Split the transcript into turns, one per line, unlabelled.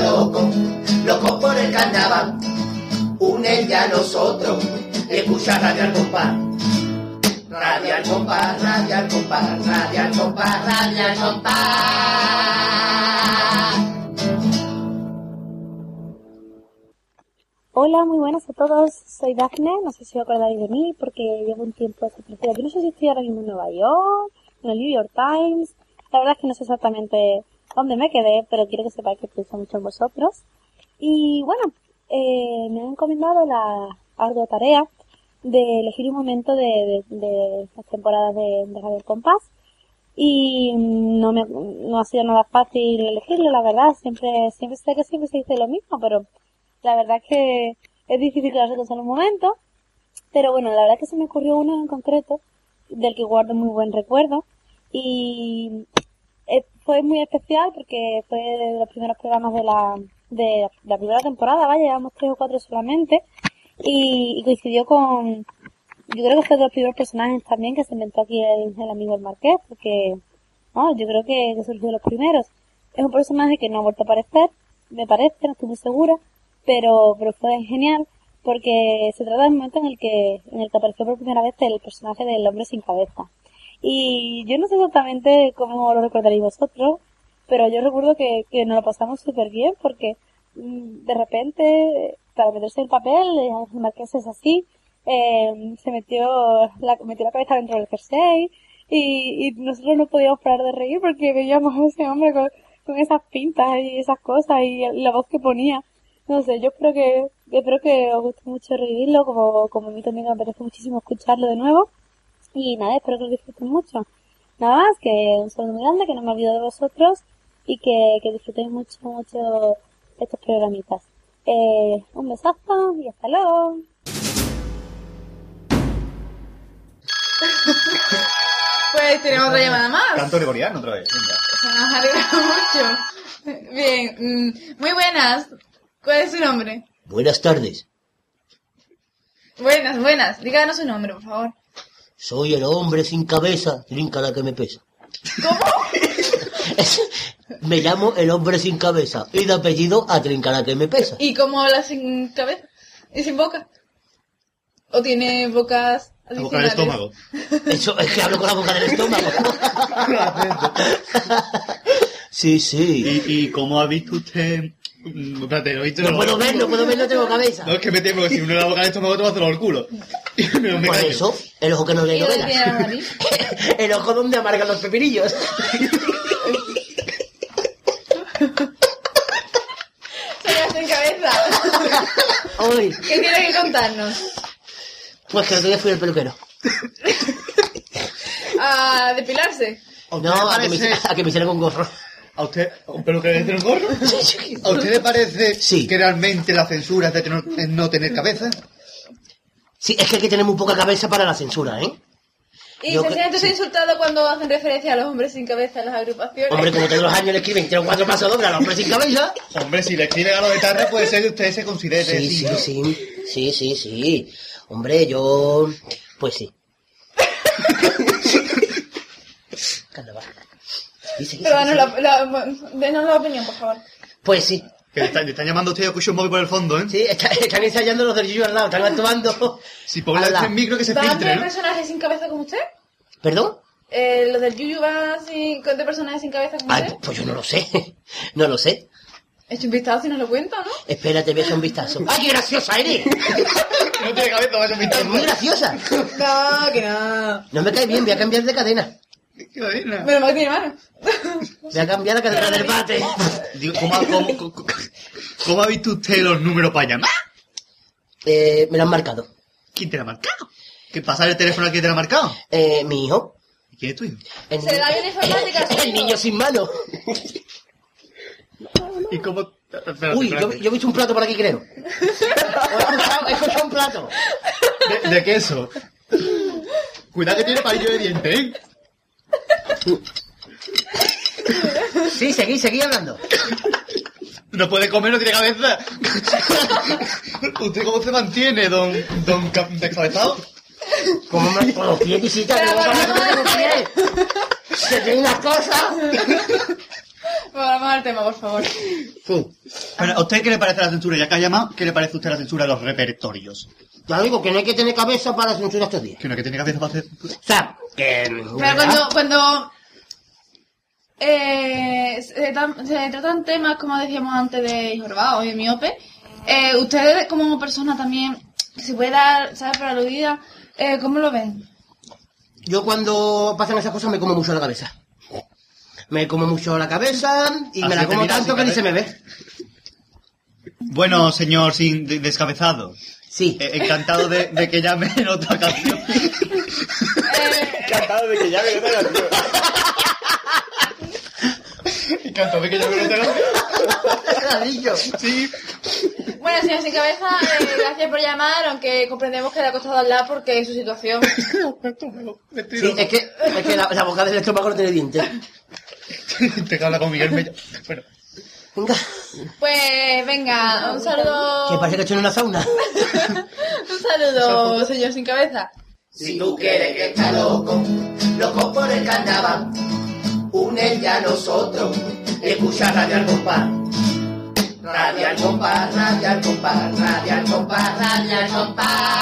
locos, locos por el carnaval. Unen ya a nosotros y escucha radio al compás. Radio al compás, radio al compás, radio al compás, radio al compás.
Hola, muy buenas a todos. Soy Dafne. No sé si os acordáis de mí porque llevo un tiempo desaparecida. Yo no sé si estoy ahora mismo en Nueva York, en el New York Times. La verdad es que no sé exactamente dónde me quedé, pero quiero que sepáis que pienso mucho en vosotros. Y bueno, eh, me han encomendado la ardua tarea de elegir un momento de, de, de las temporadas de, de Radio Compás. Y no, me, no ha sido nada fácil elegirlo, la verdad. Siempre, siempre sé que siempre se dice lo mismo, pero la verdad es que es difícil quedarse en un momento, pero bueno, la verdad es que se me ocurrió uno en concreto del que guardo muy buen recuerdo y eh, fue muy especial porque fue de los primeros programas de la, de la, de la primera temporada, vaya, llevamos tres o cuatro solamente y, y, coincidió con, yo creo que fue de los primeros personajes también que se inventó aquí el, el amigo el Marqués, porque no, yo creo que, que surgió de los primeros. Es un personaje que no ha vuelto a aparecer, me parece, no estoy muy segura, pero, pero fue genial porque se trata del momento en el que en el que apareció por primera vez el personaje del hombre sin cabeza y yo no sé exactamente cómo lo recordaréis vosotros pero yo recuerdo que, que nos lo pasamos súper bien porque mm, de repente para meterse en el papel el marqués es así eh, se metió la, metió la cabeza dentro del jersey y, y nosotros no podíamos parar de reír porque veíamos a ese hombre con, con esas pintas y esas cosas y la voz que ponía no sé, yo espero que, yo espero que os guste mucho revivirlo, como, como a mí también me apetece muchísimo escucharlo de nuevo. Y nada, espero que lo disfruten mucho. Nada más, que un saludo muy grande, que no me olvido de vosotros y que, que disfrutéis mucho, mucho estos programitas. Eh, un besazo y hasta luego.
Pues tenemos otra llamada más.
Canto gregoriano otra vez. venga.
Se nos alegra mucho. Bien, mm, muy buenas. ¿Cuál es su nombre?
Buenas tardes.
Buenas, buenas. Díganos su nombre, por favor.
Soy el hombre sin cabeza, trinca la que me pesa. ¿Cómo? me llamo el hombre sin cabeza y de apellido a trinca la que me pesa.
¿Y cómo habla sin cabeza? ¿Y sin boca? ¿O tiene bocas
La boca del
adicionales?
estómago.
Eso es que hablo con la boca del estómago. sí, sí.
¿Y, y cómo ha visto usted? Mm, Espérate, no,
No puedo ver, no puedo ver, no tengo cabeza.
No, es que me temo que si uno la boca del estómago te va a hacer el culo. No me
Por
engaño.
eso, el ojo que no lee
¿Y dónde tiene la
novelas.
nariz?
el ojo donde amargan los pepinillos.
Señor sin cabeza.
Ay,
¿Qué tiene que contarnos?
pues que el otro día fui al peluquero.
¿A depilarse?
¿A usted
No,
le
a que, me,
parece,
a que me hicieron un gorro.
¿A usted, pero que le den el gorro? ¿A usted le parece
Sí.
que realmente la censura es de tener- es no tener cabeza?
Sí, es que hay que tener muy poca cabeza para la censura, ¿eh?
¿Y
Yo
se
que-
siente
sí.
insultado cuando hacen referencia a los hombres sin cabeza en las agrupaciones?
Hombre, como todos los años le escriben, quiero cuatro pasos dobles al hombre sin cabeza.
Hombre, si le escriben a los etarras puede ser que usted se considere
Sí, sí,
cinco.
sí, sí, sí, sí. Hombre, yo... Pues sí. Carnaval. Sí, sí, sí,
Pero danos
sí.
la, la- denos la opinión, por favor.
Pues sí.
Que le están, le están llamando a usted y escucha un móvil por el fondo, ¿eh?
Sí, está- están ensayando los del Yuyu al lado, están actuando.
Si ponle
Ala.
usted el micro que se
¿Van
filtre,
tres
¿no?
personajes sin cabeza como usted?
¿Perdón?
Eh, ¿Los del Yuyu van sin, con tres personajes sin cabeza como
Ay,
usted?
pues yo no lo sé. No lo sé.
Eche un vistazo si nos lo cuenta, ¿no?
Espérate, voy a echar un vistazo. ¡Ay, qué graciosa eres!
No tiene cabeza, vaya a
¡Estás muy graciosa!
No, que no.
No me cae bien, voy a cambiar de cadena.
Menos mal que tiene manos.
Voy a cambiar la cadena del bate.
Digo, ¿cómo, ha- cómo, cómo- cómo ha visto usted los números para llamar?
Eh, me lo han marcado.
¿Quién te la ha marcado? ¿Qué pasa el teléfono a quién te la ha marcado?
Eh, mi hijo.
¿Y ¿Quién es tu hijo?
El
Se da bien informática, su
El
hijo.
niño sin mano.
¿Y cómo...? Espérate,
Uy, yo,
espérate.
yo he visto un plato por aquí, creo. He escuchado, he escuchado un plato.
De, de queso. Cuidado que tiene palillo de diente, ¿eh?
Sí, seguí, seguí hablando.
No puede comer, no tiene cabeza. ¿Usted cómo se mantiene, don, don ca- descabezado?
Como me con los pies, Pues visita,
Pero
que no
por
me
favor.
con los pies. Se tienen las cosas.
Volvamos al tema, por favor.
Fu. Pero, ¿a usted qué le parece la censura? Ya que ha llamado, ¿qué le parece a usted la censura de los repertorios?
Ya digo que no hay que tener cabeza para censurar estos días.
Que no, que tiene que hacer para hacer censura.
O sea, que...
Pero cuando, cuando eh, se, tra- se tratan temas, como decíamos antes, de jorbados y miope, eh, ustedes como persona también, se puede dar, ¿sabes? Por aludida, eh, ¿cómo lo ven?
Yo cuando pasan esas cosas me como mucho la cabeza. Me como mucho la cabeza y me
Así
la
te
como
miras
tanto
sin
que
cabeza.
ni se me ve.
Bueno, señor sin de- descabezado,
Sí.
eh, encantado de, de que llame en otra canción.
Eh,
Encantado de que ya me otra canción.
encantado de que llame en otra canción.
Ladrillo.
Sí.
Bueno, señor Sin Cabeza, eh, gracias por llamar, aunque comprendemos que le ha costado hablar porque es su situación.
Sí, es que, es que la, la boca del estómago no tiene dientes.
Te habla con Miguel Mella. Bueno,
Venga,
Pues venga, un
que
saludo.
parece que estoy en una sauna.
Un saludo, señor Sin Cabeza.
Si tú quieres que está loco, loco por el carnaval, únete a nosotros y escucha Radio Al Compás. Radio Al Compás, Radio Al Compás, Radio Al Compás, Radio Al Compás.